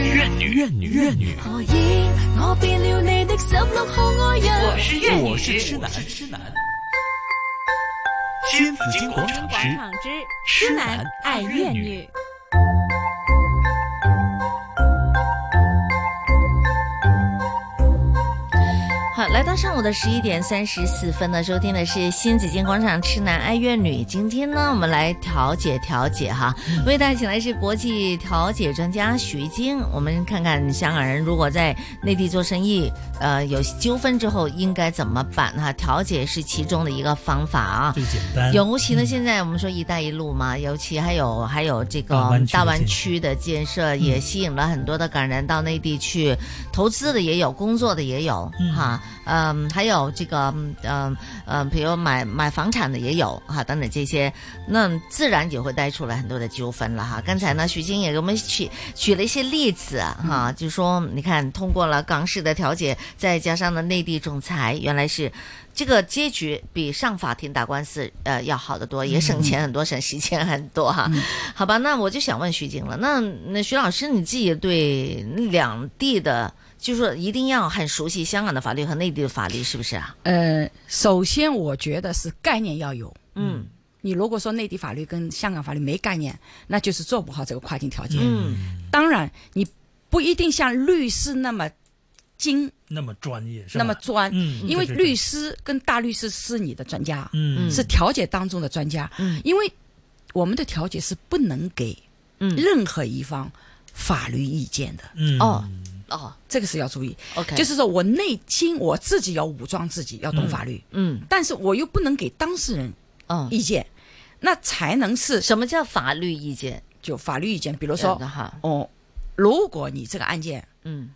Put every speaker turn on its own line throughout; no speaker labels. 女，怨女，怨女。
何以我變了你的十六號愛人？
我是粤女，
我是痴男，
痴男。
新紫金广场之
广场之痴男爱粤女。
好，来到上午的十一点三十四分呢，收听的是新紫金广场痴男爱乐女。今天呢，我们来调解调解哈，为大家请来是国际调解专家徐晶。我们看看香港人如果在内地做生意，呃，有纠纷之后应该怎么办哈？调解是其中的一个方法啊。
最简单。
尤其呢，现在我们说“一带一路”嘛，尤其还有还有这个
大湾区的嗯
嗯大湾区的建设，也吸引了很多的港人到内地去投资的，也有工作的也有哈，嗯，还有这个嗯嗯，比如买买房产的也有哈，等等这些，那自然也会带出来很多的纠纷了哈。刚才呢，徐晶也给我们举举了一些例子啊
嗯
哈，就说你看，通过了港式的调解，再加上呢内地仲裁，原来是。这个结局比上法庭打官司呃要好得多，也
嗯
省钱很多，省时间很多哈。好吧，那我就想问徐静了，那那徐老师你自己对两地的，就是说一定要很熟悉香港的法律和内地的法律，是不是啊？
呃，首先我觉得是概念要有。
嗯
你如果说内地法律跟香港法律没概念，那就是做不好这个跨境调解。
嗯
当然，你不一定像律师那么精、
那么专业是吧？
那么专，
嗯，
因为
对
律，师跟大律师是你的专家，
对对嗯，
是调解当中的专家。
嗯
因为我们的调解是不能给
嗯
任何一方法律意见的，
嗯
哦哦
这个是要注意。
，OK，
就是说我内心我自己要武装自己，要懂法律，
嗯
但是我又不能给当事人
哦，
意见，那才能是
什么叫法律意见？
就法律意见。比如
我
说，
哈，
哦，如果你这个案件
嗯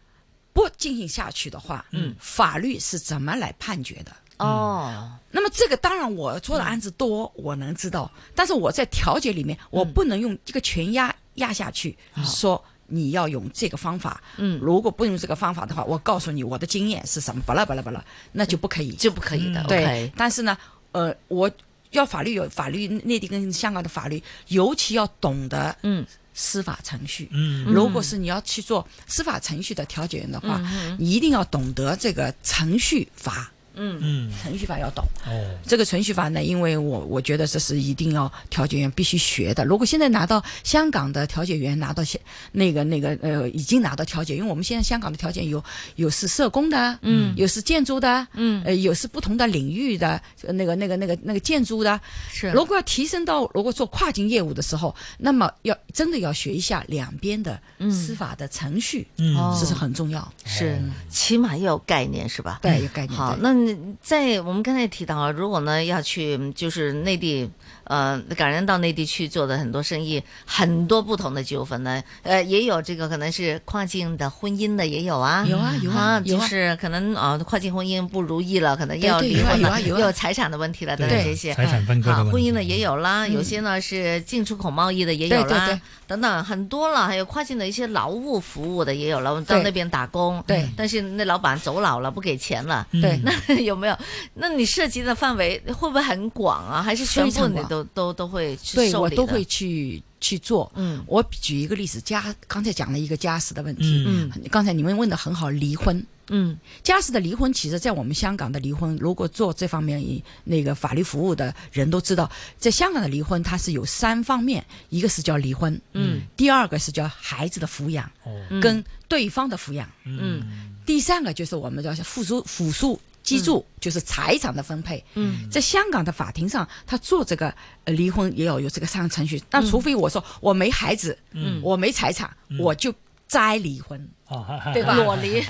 不进行下去的话，嗯，法律是怎么来判决的？
哦
那么这个当然，我做的案子多，我能知道，但是我在调解里面，我不能用这个全压压下去，说你要用这个方法。
嗯
如果不用这个方法的话，我告诉你我的经验是什么，巴拉巴拉巴拉，那就不可以。
嗯就不可以的
嗯对
，OK，，
但是呢，呃，我要法律有法律，内地跟香港的法律，尤其要懂得
嗯
司法程序。
嗯
如果是你要去做司法程序的调解员的话，你一定要懂得这个程序法，
嗯
程序法要懂。
哦
这个程序法呢，因为我我觉得这是一定要调解员必须学的。如果现在拿到香港的调解员拿到现那个那个呃已经拿到调解，因为我们现在香港的调解有有是社工的，嗯，有是建筑的，嗯，呃有是不同的领域的呃那个那个那个那个建筑的。
是
如果要提升到如果做跨境业务的时候，那么要真的要学一下两边的司法的程序，
嗯
哦
这是很重要。
是，起码要有概念是吧？
对，有概念。
好，
嗯对
那你在我们刚才也提到啊，如果呢要去嗯就是内地，呃，感人到内地去做的很多生意，很多不同的纠纷呢，呃，也有这个可能是跨境的婚姻的也有啊，
有啊有啊有
就
啊
是可能啊、呃跨境婚姻不如意了，可能
对
要
对
离
有啊
婚
有
了，
啊有啊
又有财产的问题了等等
对嗯
这些。
财产分割的
好
问题嗯
婚姻的也有啦，有些呢是进出口贸易的也有啦，
对对对
等等很多了，还有跨境的一些劳务服务的也有了，我们到
对
那边打工，
对
但是那老板走佬了，不给钱了，
对
嗯
那 有没有？那你涉及的范围会不会很广啊？还是全
非
部
常
你
广
都都都会去
对
受
我
理
都
的
会去去做。
嗯
我举一个例子，家刚才讲了一个家事的问题。
嗯
刚才你们问的很好，离婚，
嗯
家事的离婚，其实在我们香港的离婚，如果做这方面一那个法律服务的人都知道，在香港的离婚它是有三方面，一个是叫离婚，
嗯
第二个是叫孩子的抚养
哦
嗯
跟对方的抚养，
嗯
第三个就是我们叫附属附属居住，就是财产的分配。
嗯，
在香港的法庭上，他做这个呃离婚也要有这个上程序。那除非我说我没孩子，
嗯
哦
我没财产，我就摘离婚，
哦
对吧？
裸 离，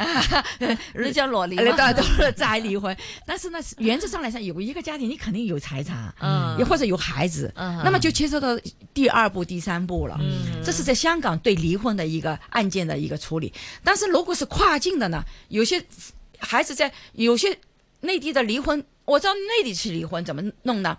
那叫嗯裸离
呃，
吗？
对对对，摘离婚。 但是呢，原则上来讲，有一个家庭你肯定有财产，
嗯
也或者有孩子，
嗯
那么就牵涉到第二步、第三步了。这是在香港对离婚的一个案件的一个处理。但是如果是跨境的呢，有些孩子在有些内地的离婚，我知道内地去离婚怎么弄呢？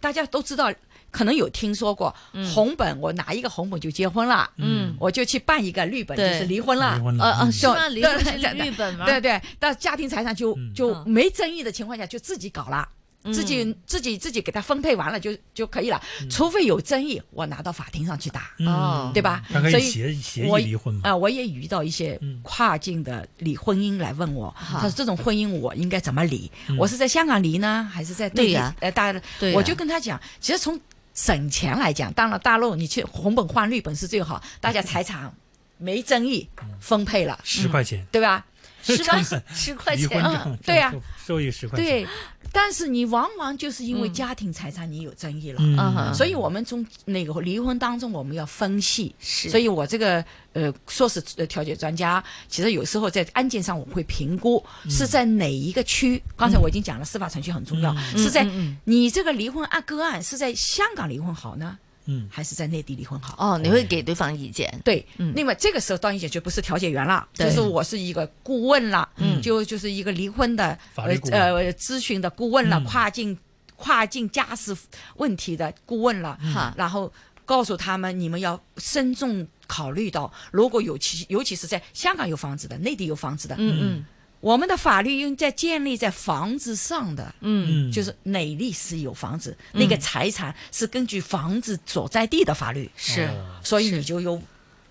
大家都知道，可能有听说过、红本，我拿一个红本就结婚了，
嗯，
我就去办一个绿本，就
对
是离婚了，
离婚
呃
了，
呃，
嗯
是吗？离婚是
对对
日本吗？
嗯
嗯
对对，到家庭财产就就没争议的情况下就自己搞了。自己自己自己给他分配完了就就可以了，
嗯
除非有争议，我拿到法庭上去打，
哦
对吧？
他可
所
以
以
嗯协协议
我
离婚
啊、
嘛？
我也遇到一些
嗯
跨境的离婚姻来问我，他说这种婚姻我应该怎么离？
嗯
我是在香港离呢，还是在
对
地
呀
呃，大，
对呀啊
我就跟他讲，其实从省钱来讲，当然大陆你去红本换绿本是最好，大家财产没争议
嗯
分配了，
十块钱，
对吧？十 块嗯
十块
离婚
钱，
证
啊对呀
收收益十块钱，
对，但是你往往就是因为家庭财产你有争议了。
嗯
嗯，
所以，我们从那个离婚当中，我们要分析。
是
所以我这个呃硕士呃调解专家，其实有时候在案件上我会评估
嗯
是在哪一个区。刚才我已经讲了，司法程序很重要，
嗯
是在你这个离婚案个案是在香港离婚好呢，
嗯，
还是在内地离婚好？
哦，你会给对方意见，
对，那么这个时候当然也就不是调解员了，
对
就是我是一个顾问了，就就是一个离婚的
嗯法
呃
律顾问
呃咨询的顾问了，
嗯
跨境跨境家事问题的顾问了，
哈，
然后告诉他们，你们要慎重考虑到，如果有其尤其是在香港有房子的，内地有房子的，
嗯
我们的法律应在建立在房子上的，
嗯嗯，
嗯，
就是哪里是有房子，那个财产是根据房子所在地的法律，
是，
哦
所以你就有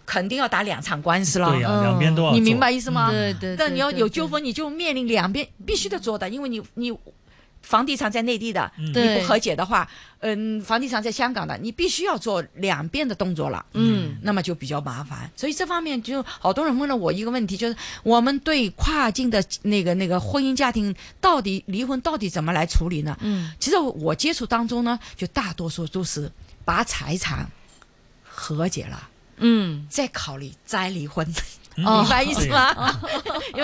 肯定要打两场官司了。
对呀，
嗯
两边都要
你
做
明白意思吗？
对对，
但你要有
纠
纠
纷，
纷，你就面临两边必须得做的，因为你你房地产在内地
嗯
的，
对
你不和解的话，嗯，房地产在香港的，你必须要做两边的动作了。
嗯
那么就比较麻烦，所以这方面就好多人问了我一个问题，就是我们对跨境的那个那个婚姻家庭到底离婚到底怎么来处理呢？
嗯，
其实我接触当中呢，就大多数都是把财产和解了，
嗯，
再考虑再 离婚。
嗯
哦
明白意思吗？因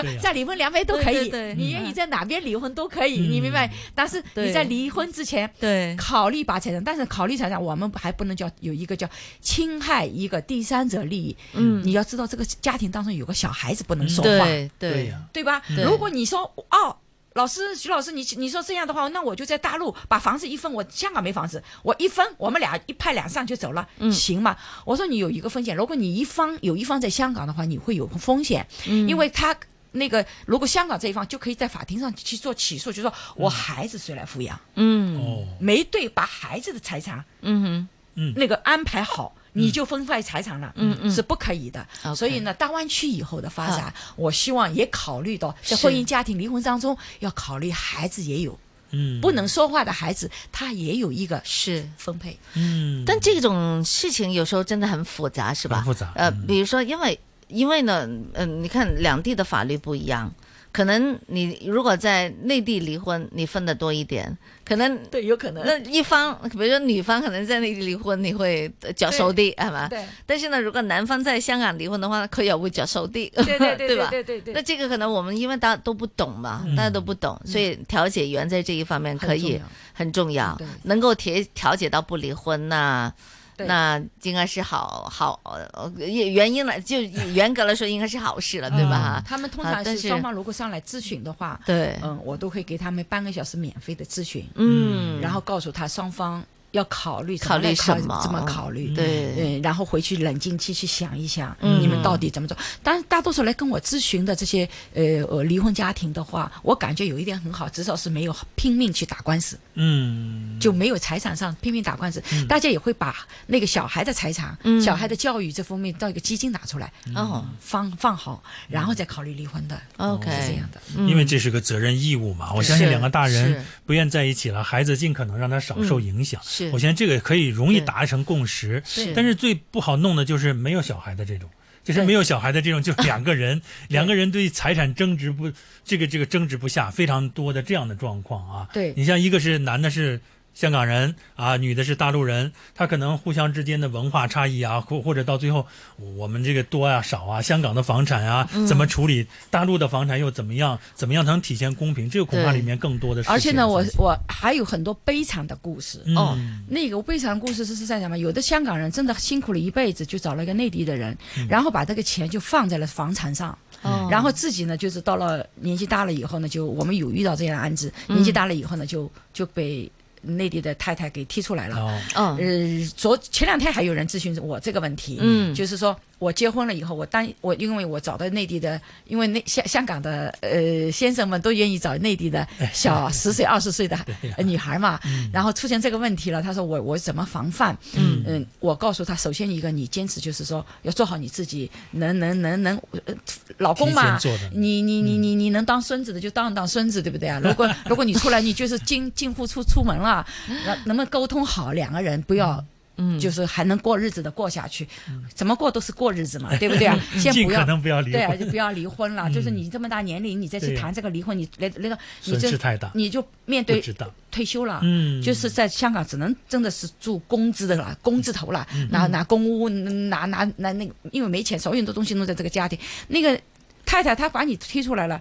对啊
为
呀
再离婚两边都可
对
以
对对，
你愿意在哪边离婚都可以，
嗯
你明白？但是
对
你在离婚之前
对，
考虑把财产，但是考虑财产，我们还不能叫有一个叫侵害一个第三者利益。
嗯
你要知道这个家庭当中有个小孩子不能说话，
对
嗯对
对
呀，
对吧？
对
如果你说哦。老师，徐老师，你你说这样的话，那我就在大陆把房子一分，我香港没房子，我一分，我们俩一拍两散就走了，行吗？我说你有一个风险，如果你一方有一方在香港的话，你会有风险，因为他那个如果香港这一方就可以在法庭上去做起诉，就说我孩子谁来抚养，
嗯
哦，
没对把孩子的财产
嗯哼
那个安排好，你就分派财产了，嗯嗯，是不可以的。
OK
所以呢，大湾区以后的发展，我希望也考虑到在
是
婚姻、家庭、离婚当中，要考虑孩子也有
嗯，
不，能说话的孩子，他也有一个
是。
分配。
嗯，
但这种事情有时候真的很复杂，是吧？
很复杂
呃，
嗯
比如说，因为因为呢，嗯、你看两地的法律不一样，可能你如果在内地离婚，你分的多一点，可能
对，有可能
那一方，比如说女方可能在内地离婚，你会呃着手啲，系嘛？
对
但是呢，如果男方在香港离婚的话，佢又会着手啲，对 吧？
对对
那这个可能我们因为大家都不懂嘛，大家都不懂，所以调解员在这一方面可以
很重要
很重要
对，
能够调调解到不离婚那。
对
那应该是好好呃原因了，就严格来说应该是好事了，对吧？
他们通
啊
常
但
是
是
双方如果上来咨询的话，
对，
嗯，我都会给他们半个小时免费的咨询，
嗯，
然后告诉他双方要考虑怎
考虑
来
什么
怎么考虑，
对，
嗯，然后回去冷静期去想一想，
嗯
你们到底怎么做？但大多数来跟我咨询的这些呃呃离婚家庭的话，我感觉有一点很好，至少是没有拼命去打官司，
嗯，
就没有财产上拼命打官司。大家也会把那个小孩的财产、小孩的教育这方面到一个基金拿出来，
哦
放放好，然后
嗯
再考虑离婚的，
，OK，
是这样的。
嗯
因为这是个责任义务嘛。我相
是
信两个大
是
人不愿在一起了，孩子尽可能让他少
嗯
受影响。
是
我相信这个可以容易
对
达成共识。
是
但是最不好弄的就是没有小孩的这种。就是
对
没有小孩的这种，就是两个 人，两个人对财产争执不，这个这个争执不下，非常多的这样的状况啊。
对
你像一个是男的是香港人啊，女的是大陆人，他可能互相之间的文化差异啊，或或者到最后我们这个多啊少啊，香港的房产啊
嗯
怎么处理，大陆的房产又怎么样，怎么样才能体现公平？这个恐怕
对
里面更多的事情。
而且呢，我
相信
我还有很多悲惨的故事，
嗯
哦
那个悲惨故事是是在什么？有的香港人真的辛苦了一辈子，就找了一个内地的人，然后把这个钱就放在了房产上，
嗯哦
然后自己呢，就是
嗯
到了年纪大了以后呢，就我们有遇到这样的案子，年纪大了以后呢，就就被内地的太太给踢出来了。
哦，
嗯
呃，昨前两天还有人咨询我这个问题，
嗯
就是说我结婚了以后，我当我因为我找到内地的，因为内香香港的呃先生们都愿意找内 地的小十岁二十岁的
对呀
呃女孩嘛，然后出现这个问题了，他说我我怎么防范？
嗯
嗯，我告诉他，首先一个你坚持就是说要做好你自己，能能能能，呃老公嘛
提前做嗯的，
你你你你你能当孙子的就当当孙子，对不对啊？如果如果你出来你就是进进户出出门了，能能不能沟通好两个人不要。嗯，就是还能过日子的过下去，怎么过都是过日子嘛，对不对啊？ 先
嗯尽
不要
可能不要离
对啊，
婚，嗯
就不要离婚了。就是你这么大年龄，你再去
对呀
谈这个离婚，你那那个你
损
就
失太大，
你就面
不
对
值当。
退休了，
嗯，
就是在香港只能真的是住工资的了，工字头了，
嗯
拿拿公屋，拿拿拿那个，因为没钱，所有的东西弄在这个家庭。那个太太她把你踢出来了。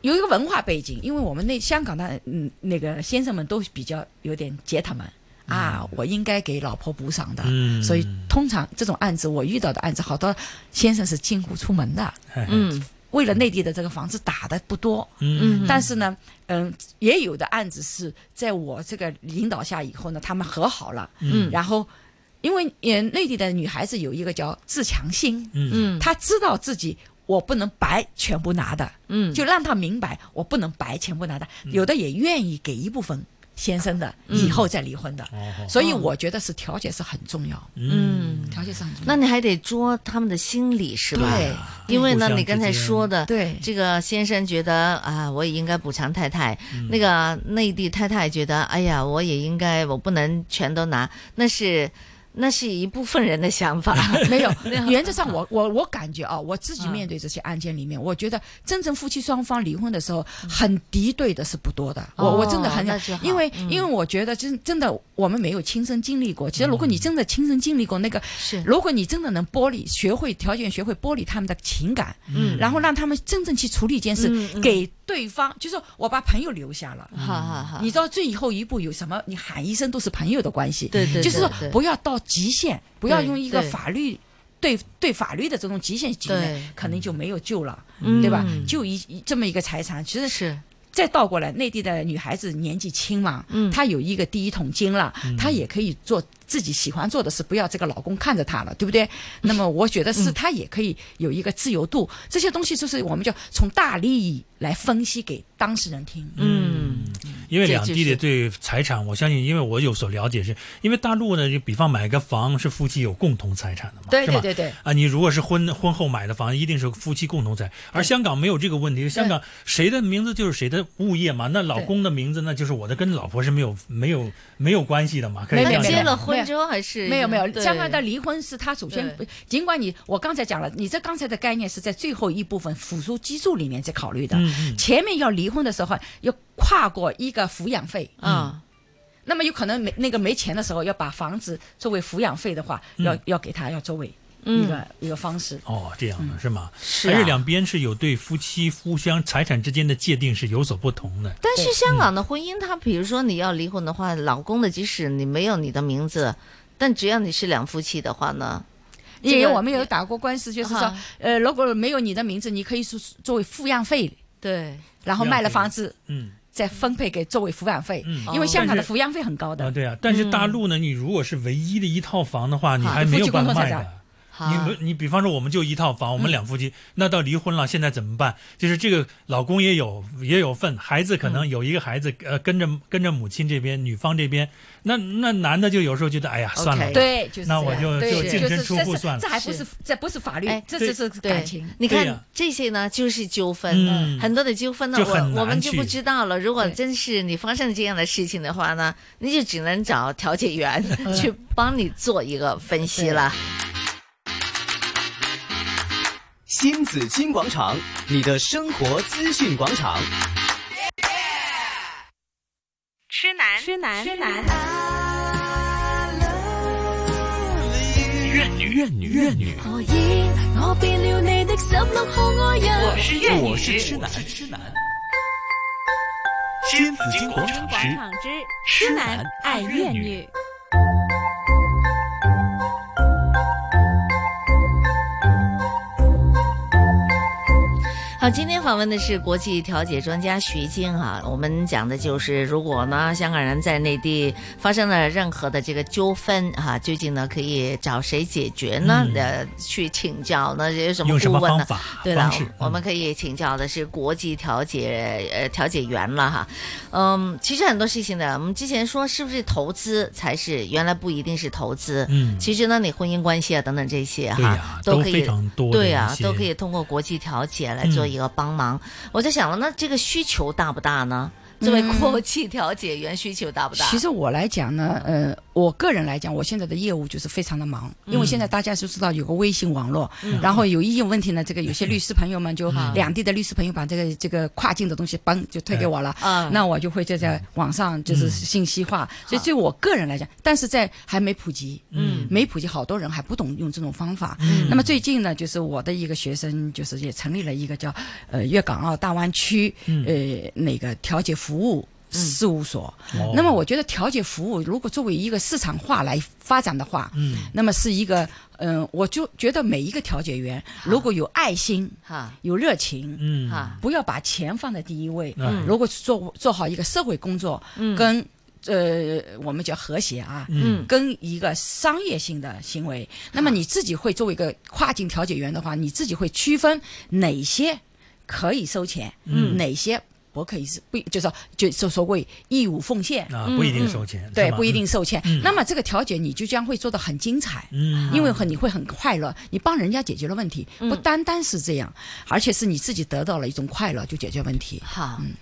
有一个文化背景，因为我们那香港的嗯那个先生们都比较有点结他们啊，我应该给老婆补偿的，
嗯
所以通常这种案子我遇到的案子，好多先生是进户出门的，
嘿嘿
嗯
为了内地的这个房子打的不多，
嗯
但是呢，嗯，也有的案子是在我这个引导下以后呢，他们和好了，
嗯
然后因为嗯，内地的女孩子有一个叫自强心，
嗯
嗯
她知道自己。我不能白全部拿的，
嗯
就让她明白我不能白全部拿的。
嗯
有的也愿意给一部分先生的，以后再离婚的。
哦
所以我觉得是调解是很重要，
嗯，
调解是很重要。
那你还得捉他们的心理是吧？
对
啊
因为呢
互，相
你刚才
之间
说的，
对
这个先生觉得啊，我也应该补偿太太；
嗯
那个内地太太觉得，哎呀，我也应该，我不能全都拿，那是那是一部分人的想 法。
没有，原则上我我我感觉啊，我自己
嗯
面对这些案件里面，我觉得真正夫妻双方离婚的时候，很敌对的是不多的。
嗯
我
哦
我真的很
那嗯就好
因为因为我觉得真真的我们没有亲身经历过。
嗯
其实如果你真的亲身经历过那个，
是
如果你真的能剥离，学会条件，学会剥离他们的情感，
嗯
然后让他们真正去处理一件
嗯
事
嗯，
给对方，就是我把朋友留下了。
好好好，
你到最后一步有什么？你喊一声都是朋友的关系，
对对，
就是说
对
不要到极限，不要用一个
对
法律对对法律的这种极限局
对
面，可能就没有救了，
嗯
对吧？就一一这么一个财产，其实
是
再倒过来，内地的女孩子年纪轻嘛，
嗯
她有一个第一桶金了，
嗯
她也可以做自己喜欢做的事，不要这个老公看着她了，对不对？那么我觉得
嗯
是她也可以有一个自由度，这些东西就是我们就从大利益来分析给当事人听，
嗯
因为
这
两
就
地的
是
对财产，我相信，因为我有所了解是，因为大陆呢，就比方买个房是夫妻有共同财产的嘛，
对
是吧
对对对。
啊，你如果是婚婚后买的房，一定是夫妻共同财。而香港没有这个问题，香港谁的名字就是谁的物业嘛，那老
对
公的名字那就是我的，跟老婆是没有没有没有关系的嘛。可以
没
这
那
样
有没有
结
讲
了
吗
没
婚
有
之后还是
没有没有，
对
相关的离婚是他首先
对，
尽管你我刚才讲了，你这刚才的概念是在最后一部分辅助基数里面在考虑的，
嗯嗯
前面要离婚的时候要跨过一个抚养费，
啊，
那么有可能没那个没钱的时候要把房子作为抚养费的话，要要给他要作为一个、一个方式。
哦，这样的是吗？
嗯是
还是
啊
两边是有对夫妻互相财产之间的界定是有所不同的。
但是香港的婚姻，它比如说你要离婚的话，老公的即使你没有你的名字，但只要你是两夫妻的话呢，
因
这
为
个
我们有打过官司，就是说
啊，
呃，如果没有你的名字，你可以是作为抚养费，
对，
然后
抚养
卖了
费
房子
嗯
再分配给作为抚养费，
嗯
因为香港的
但
抚养费很高的
啊，。对啊，但是大陆呢，你如果是唯一的一套房的话，你还没有办法卖
嗯
夫妻共同财
啊
的。你们你比方说，我们就一套房，我们两夫妻，那到离婚了，现在怎么办？就是这个老公也有也有份，孩子可
嗯
能有一个孩子，呃，跟着跟着母亲这边，女方这边，那那男的就有时候觉得，哎呀，
OK
算了吧，
对，就是
那我
这
就
样对
就净
是
身出
这
户
是
算了
这还不是
是
这不是法律
哎，
这
对
这是
对
感情。
你
对呀
看这些呢，就是纠纷，
嗯
很多的纠纷呢，
就很难
我我们就不
去
知道了。如果
对
真是你发生这样的事情的话呢，那就只能找调解员
嗯
去帮你做一个分析了。
新紫金广场，你的生活资讯广场。
痴男痴男痴男
怨女，怨女，
何以我变了你的十六号爱人？
我是怨女，
我是痴男，痴男。新紫金广场
广
之
场之痴男爱怨女。
好，今天访问的是国际调解专家徐静哈、我们讲的就是如果呢香港人在内地发生了任何的这个纠纷哈、究竟呢可以找谁解决呢？
嗯
呃，去请教呢有什么
用什
顾
么
问
方
呢？
法
对了
方式，嗯
我们可以请教的是国际调解呃调解员了哈。嗯，其实很多事情呢，我们之前说是不是投资才是，原来不一定是投资。
嗯
其实呢，你婚姻关系啊等等这些
对
哈，
呀，
都可
非
以。
常多的
对呀、
一些嗯
都可以通过国际调解来做一个帮忙。我在想了，那这个需求大不大呢？
嗯
作为国际调解员，需求大不大？
其实我来讲呢，呃，我个人来讲，我现在的业务就是非常的忙，因为现在大家都知道有个微信网络，然后有意见问题呢，这个有些律师朋友们就两地的律师朋友把这个这个跨境的东西嘣就推给我了。
啊，
那我就会就在网上就是信息化，所以对我个人来讲，但是在还没普及，
嗯
没普及，好多人还不懂用这种方法。
嗯
那么最近呢，就是我的一个学生，就是也成立了一个叫呃粤港澳大湾区、
嗯
呃那个调解服务事务所。
哦
那么我觉得调解服务如果作为一个市场化来发展的话，
嗯
那么是一个嗯、呃我就觉得每一个调解员如果有爱心、
哈
有热情，
啊嗯
哈，
不要把钱放在第一位。
嗯
如果做做好一个社会工作，跟呃我们叫和谐啊，
嗯
跟一个商业性的行为，那么你自己会作为一个跨境调解员的话，你自己会区分哪些可以收钱，
嗯
哪些不可以是不就是说就所所谓义务奉献，
啊，不一定收钱，
对，
是吧
不一定，受欠。
嗯
那么这个调解你就将会做得很精彩。
嗯
因为很你会很快乐，你帮人家解决了问题，不单单是这样，而且是你自己得到了一种快乐，就解决问题。
好，
嗯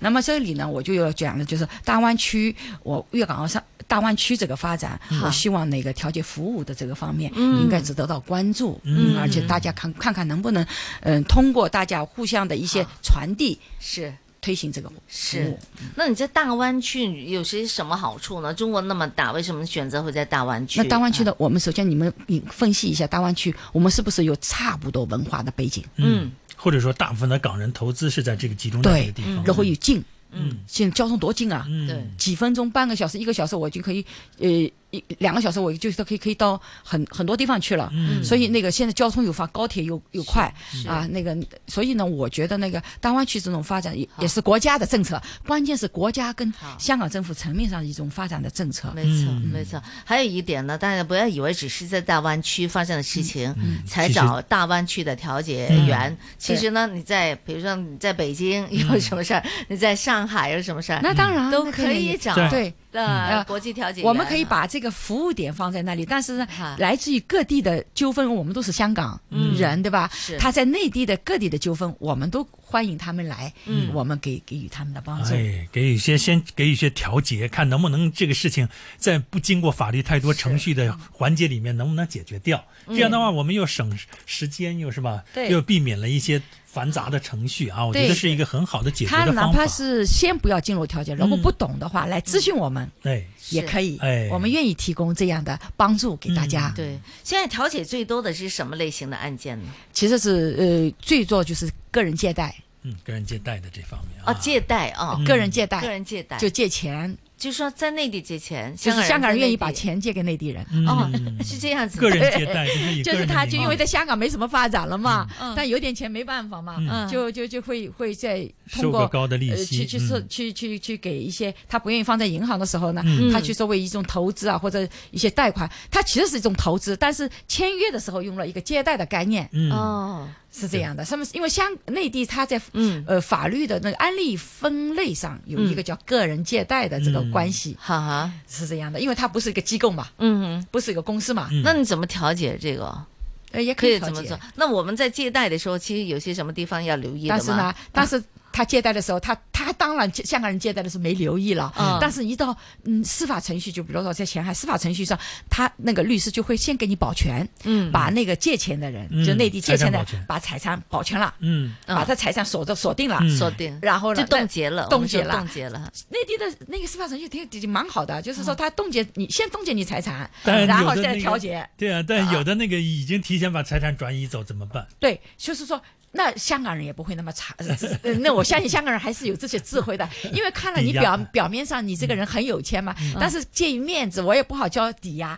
那么这里呢，我就要讲了，就是大湾区，我粤港澳上大湾区这个发展，我希望那个调解服务的这个方面，应该是得到关注，
嗯
而且大家看看看能不能，嗯、通过大家互相的一些
好
传递，
是。
推行这个服务。
是，那你在大湾区有些什么好处呢？中国那么大，为什么选择会在大湾区？
那大湾区
嗯
的，我们首先你们你分析一下大湾区，我们是不是有差不多文化的背景，
嗯，
或者说大部分的港人投资是在这个集中在这个地方，
然后又近，
嗯
现在交通多近啊？
嗯
对
几分钟、半个小时、一个小时，我就可以，呃，一两个小时我就是可以可以到很很多地方去了。
嗯
所以那个现在交通又发，高铁又又快
是
啊，那个所以呢，我觉得那个大湾区这种发展也也是国家的政策，关键是国家跟
好
香港政府层面上一种发展的政策。
没错，
嗯
没错。还有一点呢，大家不要以为只是在大湾区发生的事情、
嗯
才
其实
找大湾区的调解员。其实呢，你在比如说你在北京有什么事儿，你在上海有什么事儿，
那当然
嗯
啊
都
那
可以找
对
对。
的
嗯
国际调解员。
我们可以把这个服务点放在那里，但是呢
哈，
来自于各地的纠纷，我们都是香港
嗯
人，对吧
是？
他在内地的各地的纠纷，我们都欢迎他们来，
嗯
我们给给予他们的帮助。
哎，给予一些先给予一些调节，看能不能这个事情在不经过法律太多程序的环节里面能不能解决掉。这样的话，我们又省时间，又是吧？
对
又避免了一些繁杂的程序啊。我觉
对
得是一个很好的解决
他
的
哪
方
怕
法。
是先不要进入调解，如果不懂的话，来咨询我们
哎，
也可以
哎，
我们愿意提供这样的帮助给大家。
嗯对。现在调解最多的是什么类型的案件呢？
其实是呃，最多就是个人借贷，
嗯，个人借贷的这方面啊
啊
哦，借贷哦，
嗯
个人借
个
贷
人借贷，
就
就
借钱，
就说在内地借钱，
就是香港人愿意
在
把
内地
钱借给内地人。
哦
嗯，，
是这样子的。
个人借贷就是以
就
个
是
人的
他，
名
就因
义
为在香港没什么发展了嘛，
嗯
但有点钱没办法嘛，
嗯
就就就会会在通
收
过
个高的利
呃去
息，
去收
嗯
去去去给一些他不愿意放在银行的时候呢，
嗯
他去作为一种投资啊或者一些贷款，它其实是一种投资，但是签约的时候用了一个借贷的概念，
嗯，
哦，
是这样的。那么因为香内地它在
嗯，
呃法律的那个案例分类上有一个叫个人借贷的这个关系
哈哈，
是这样的，因为它不是一个机构嘛，
嗯哼，
不是一个公司嘛，
嗯
那你怎么调解这个？
呃也
可
可
以
以调
怎么
解
做？那我们在借贷的时候，其实有些什么地方要留意的
但
吗？
是呢，但是他借贷的时候，他他当然借香港人借贷的时候没留意了，
嗯
但是一到嗯司法程序，就比如说在前海司法程序上，他那个律师就会先给你保全，
嗯
把那个借钱的人，
嗯
就内地借钱
财产保
的
全
把财产保全了，
嗯
嗯
把他财产锁着锁定了。
嗯
锁定，
然后呢，
就冻结了，
那冻结
我们就
了
冻结了。
内地的那个司法程序挺挺蛮好的，就是
嗯
说他冻结你，先冻结你财产，
但有的
然后
那
再
个
调解。
对啊，但有的那个已经提前把财产转移走怎么办？
对，就是说，那香港人也不会那么差， 呃那我相信香港人还是有这些智 慧的，因为看了你
抵押
嗯表表面上你这个人很有钱嘛，但是介于面子，我也不好交抵押。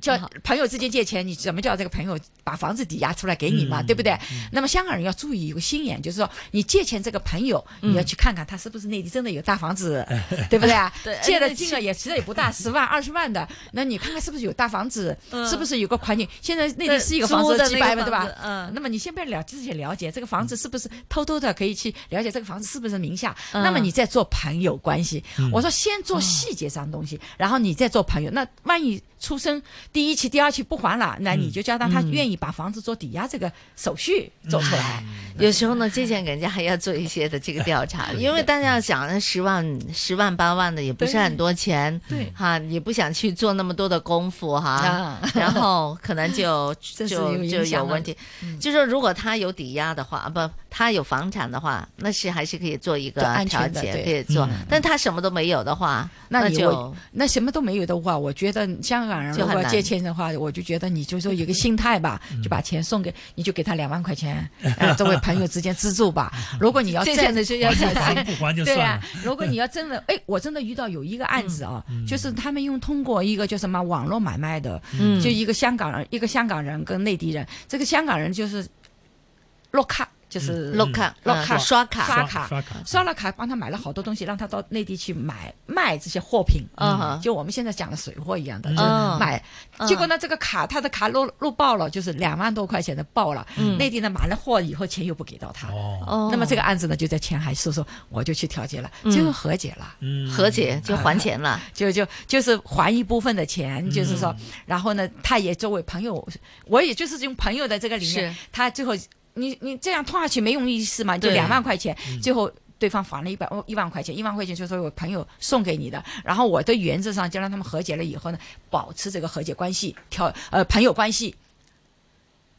叫
好
朋友之间借钱，你怎么叫这个朋友把房子抵押出来给你嘛？
嗯
对不对？那么香港人要注意一个心眼，就是说你借钱这个朋友，你要去看看他是不是内地真的有大房 子，对不对啊？
对
借的金额也其实也不 大，十万、二十万的，那你看看是不是有大房子，是不是有个环境？现在内地是一个房
租
子
的
几
那
百
个
万，对
房
吧
子？嗯
啊那么你先不要了，之前了解这个房子是不是偷偷的可以去了解这个房子是不是名下，
嗯
那么你再做朋友关系。我说先做细节上的东西，然后你再做朋友。那万一出生第一期、第二期不还了，那你
嗯
就叫他他愿意把房子做抵押这个手续做出来。
有时候呢，借钱给人家还要做一些的这个调查，因为大家想那十万、十万八万的也不是很多钱，
对
哈，也不想去做那么多的功夫哈
啊，
然后可能就
这是
就
有影
就有
响的
问题。就说如果他有抵押的话，啊不，他有房产的话，那是还是可以做一个
做安
调
全的
解，
对
可以做。但他什么都没有的话，
那你
就
我 那什么都没有的话，我觉得香港人
就
如
很
果
难嗯
借钱的话，我就觉得你就说有个心态吧，就把钱送给你就给他两万 块钱，呃，作为朋友之间资助吧。
嗯
如果你要
借
真
钱的时候要小心。
不还就
对
算
啊
了。，
如果你要真的，哎，我真的遇到有一个案子啊，就是他们用通过一个叫什么网络买卖的，
嗯
就一个香港人，一个香港人跟内地人，这个香港人就是落卡，就是
碌卡、
嗯
呃刷
卡刷
卡，
卡
刷卡，
刷了卡，帮他买了好多东西，让他到内地去买卖这些货品，
嗯哼
就我们现在讲的水货一样的，
嗯
就是买。
嗯
结果呢，这个卡他的卡漏漏爆了，就是两万多块钱的爆了，内地呢买了货以后钱又不给到他。
哦，
哦
那么这个案子呢，就在前海诉讼，我就去调解了，最后和解了，
嗯，
和解就还钱了，
就就就是还一部分的钱，就是说，然后呢，他也作为朋友，我也就是用朋友的这个理念
是，
他最后你你这样拖下去没用意思嘛，就
对嗯
两万块钱，最后。对方还了一百哦一万块钱，一万块钱就是我朋友送给你的。然后我的原则上就让他们和解了以后呢，保持这个和解关系，调呃朋友关系，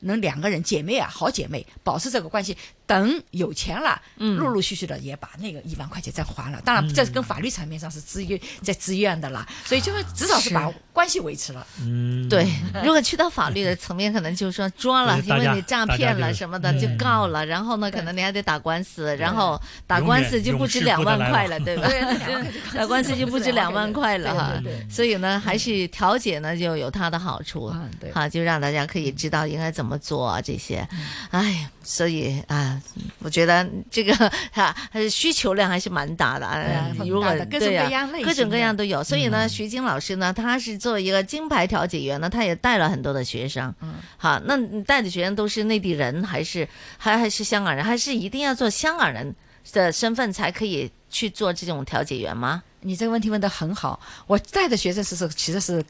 能两个人姐妹啊，好姐妹保持这个关系，等有钱了，
嗯
陆陆续续的也把那个一万块钱再还了。当然，这跟法律层面上是自愿
嗯
在自愿的啦，所以就是至少是把
是
关系维持了。
嗯，
对，如果去到法律的层面，可能就是说抓了，
对
因
大
为
家
你诈
大家
骗
就
了
是
什么的就告了，然后呢，可能你还得打官司，然后打
永
官
远
司就不
永
止
世
两
不得
万
来
块
往
了，对吧？打官司就不止两万块了哈
对对对。
所以呢，还是调解呢就有它的好处
嗯对，嗯
哈，就让大家可以知道应该怎么做啊这些。哎，所以啊，我觉得这个哈还是需求量还是蛮大的。哎
嗯
如果
很大的各种
对啊
各样类
各种
型
各
的嗯
样都有。所以呢，徐晶老师呢，他是作为一个金牌调解员呢，他也带了很多的学生。嗯，好，那你带的学生都是内地人，还是还还是香港人，还是一定要做香港人的身份才可以去做这种调解员吗？
你这个问题问得很好，我带的学生是是其实是，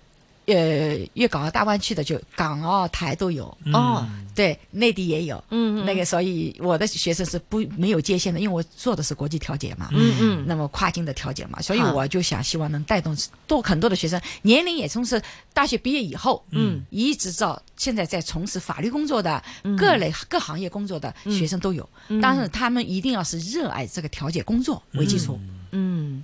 呃，粤港澳大湾区的就港澳台都有，
嗯
哦，
对，内地也有。
嗯
那个，所以我的学生是不没有界限的，因为我做的是国际调解嘛。
嗯嗯，
那么跨境的调解嘛，所以
好
我就想希望能带动多很多的学生，年龄也从是大学毕业以后，
嗯，
一直到现在在从事法律工作的、各类各行业工作的学生都有，
嗯
但是他们一定要是热爱这个调解工作为基础。
嗯，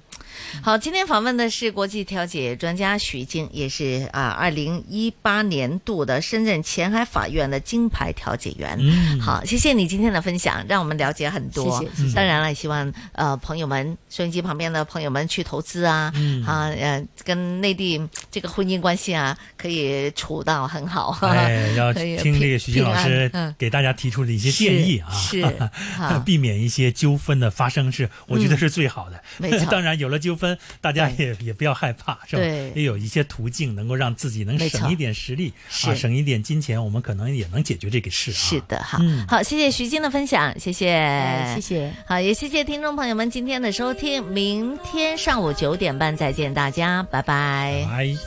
好，今天访问的是国际调解专家徐静，也是啊，二零一八年度的深圳前海法院的金牌调解员。
嗯，
好，谢谢你今天的分享，让我们了解很多。
谢谢谢谢
当然了，希望呃朋友们，收音机旁边的朋友们去投资啊，
嗯
啊呃，跟内地嗯这个婚姻关系啊，可以处到很好。
哎，要
可以
听这个徐静老师
平安嗯
给大家提出的一些建议啊，
是是 好
避免一些纠纷的发生是，我觉得是最好的。
嗯没错
当然有了纠纷，大家也也不要害怕，是吧？
对
也有一些途径能够让自己能
没错
省一点实力
是
啊，省一点金钱，我们可能也能解决这个事啊。
是的哈。
嗯
好，谢谢徐静的分享，谢谢，
哎谢。谢。
好，也谢谢听众朋友们今天的收听，明天上午九点半再见大家，拜拜
哎。